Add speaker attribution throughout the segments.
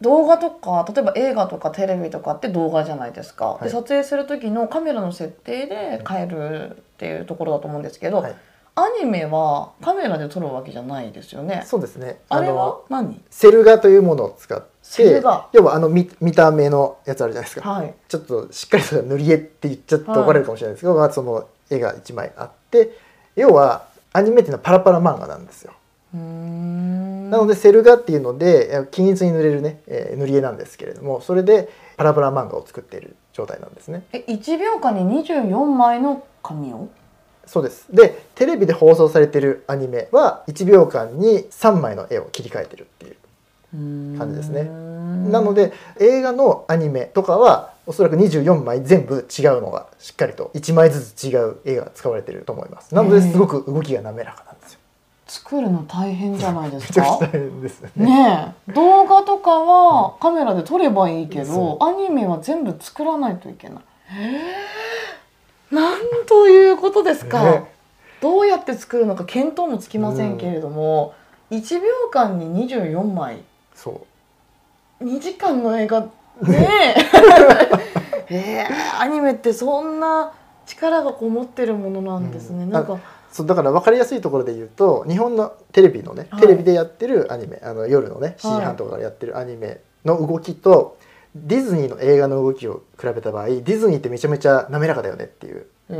Speaker 1: 動画とか例えば映画とかテレビとかって動画じゃないですか、
Speaker 2: はい
Speaker 1: で撮影する時のカメラの設定で変えるっていうところだと思うんですけど、
Speaker 2: はい
Speaker 1: アニメはカメラで撮るわけじゃないですよね
Speaker 2: そうですね
Speaker 1: あれ
Speaker 2: の
Speaker 1: は何
Speaker 2: セル画というものを使って
Speaker 1: セル画
Speaker 2: 要はあの見見た目のやつあるじゃないですか、
Speaker 1: はい
Speaker 2: ちょっとしっかりと塗り絵って言っちゃって
Speaker 1: はい
Speaker 2: 怒られるかもしれないですけど、まあ、その絵が1枚あって要はアニメっていうのはパラパラ漫画なんですよ、
Speaker 1: うーん
Speaker 2: なのでセル画っていうのでえー均一に塗れるね、えー塗り絵なんですけれどもそれでパラパラ漫画を作っている状態なんですね
Speaker 1: え1秒間に24枚の紙を
Speaker 2: そうですでテレビで放送されているアニメは1秒間に3枚の絵を切り替えてるっていう
Speaker 1: 感
Speaker 2: じですねな
Speaker 1: な
Speaker 2: ので映画のアニメとかはおそらく24枚全部違うのがしっかりと1枚ずつ違う絵が使われてると思いますなのですごく動きが滑らかなんですよ
Speaker 1: 作るの大変じゃないです
Speaker 2: めちゃ
Speaker 1: か
Speaker 2: くちゃ大変ですよね
Speaker 1: ねえ動画とかはカメラで撮ればいいけど
Speaker 2: そ
Speaker 1: アニメは全部作らないといけないえーなんということですか、
Speaker 2: ね
Speaker 1: どうやって作るのか見当もつきませんけれども、1秒間に24枚
Speaker 2: そ
Speaker 1: 2時間の映画ねええーアニメってそんな力がこもってるものなんですね、
Speaker 2: うん
Speaker 1: なんか
Speaker 2: あうそうだから分かりやすいところで言うと日本のテレビのね、
Speaker 1: はい
Speaker 2: テレビでやってるアニメあの夜のね7時半とかからやってるアニメの動きと、ディズニーの映画の動きを比べた場合ディズニーってめちゃめちゃ滑らかだよねっていう
Speaker 1: え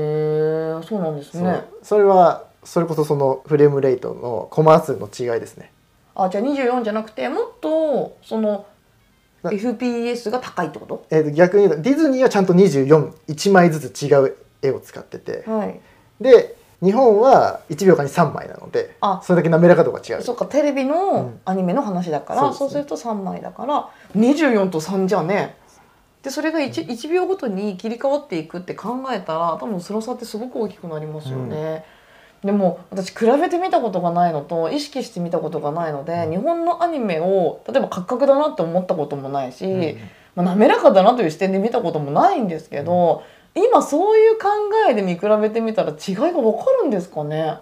Speaker 1: ー、そうなんです
Speaker 2: そう
Speaker 1: ね
Speaker 2: それはそれこそそのフレームレートのコマ数の違いですね
Speaker 1: あじゃあ24じゃなくてもっとその
Speaker 2: な
Speaker 1: FPS が高いってこと
Speaker 2: えーと逆に言うとディズニーはちゃんと241枚ずつ違う絵を使ってて
Speaker 1: はい
Speaker 2: で日本は1秒間に3枚なので
Speaker 1: あ
Speaker 2: それだけ滑らか度が違う
Speaker 1: そうかテレビのアニメの話だから、
Speaker 2: うん
Speaker 1: そ
Speaker 2: そうう
Speaker 1: す
Speaker 2: です
Speaker 1: る
Speaker 2: ね
Speaker 1: と3枚だから24と3じゃねでそれが 1, 1秒ごとに切り替わっていくって考えたら多分その差ってすごく大きくなりますよね、でも私比べてみたことがないのと意識してみたことがないので、
Speaker 2: うん
Speaker 1: 日本のアニメを例えばカ角だなって思ったこともないし、
Speaker 2: うん
Speaker 1: まあ、滑らかだなという視点で見たこともないんですけど、今そういう考えで見比べてみたら違いが分かるんですかね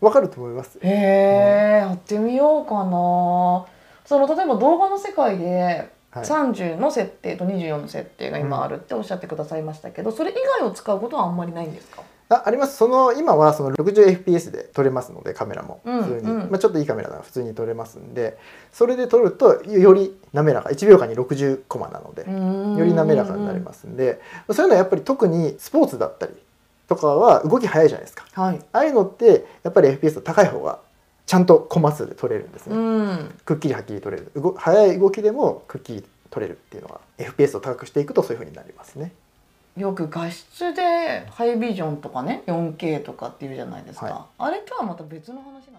Speaker 2: わかると思います
Speaker 1: へえ、やってみようかなその例えば動画の世界で
Speaker 2: はい
Speaker 1: 30の設定と24の設定が今あるっておっしゃってくださいましたけど、それ以外を使うことはあんまりないんですか
Speaker 2: あありますその今はその 60fps で撮れますのでカメラも
Speaker 1: うん
Speaker 2: 普通に、
Speaker 1: うん
Speaker 2: まあ、ちょっといいカメラなら普通に撮れますんでそれで撮るとより滑らか1秒間に60コマなので、よ
Speaker 1: よ
Speaker 2: り滑らかになりますんで、そういうのはやっぱり特にスポーツだったりとかは動き早いじゃないですか
Speaker 1: すはい、
Speaker 2: ああいうのってやっぱり FPS が高い方がちゃんとコマ数で取れるんですね、
Speaker 1: うん
Speaker 2: くっきりはっきり取れる動早い動きでもくっきり取れるっていうのが FPS を高くしていくとそういう風になりますね
Speaker 1: よく画質でハイビジョンとかね 4K とかっていうじゃないですか、
Speaker 2: は
Speaker 1: あれとはまた別の話なんです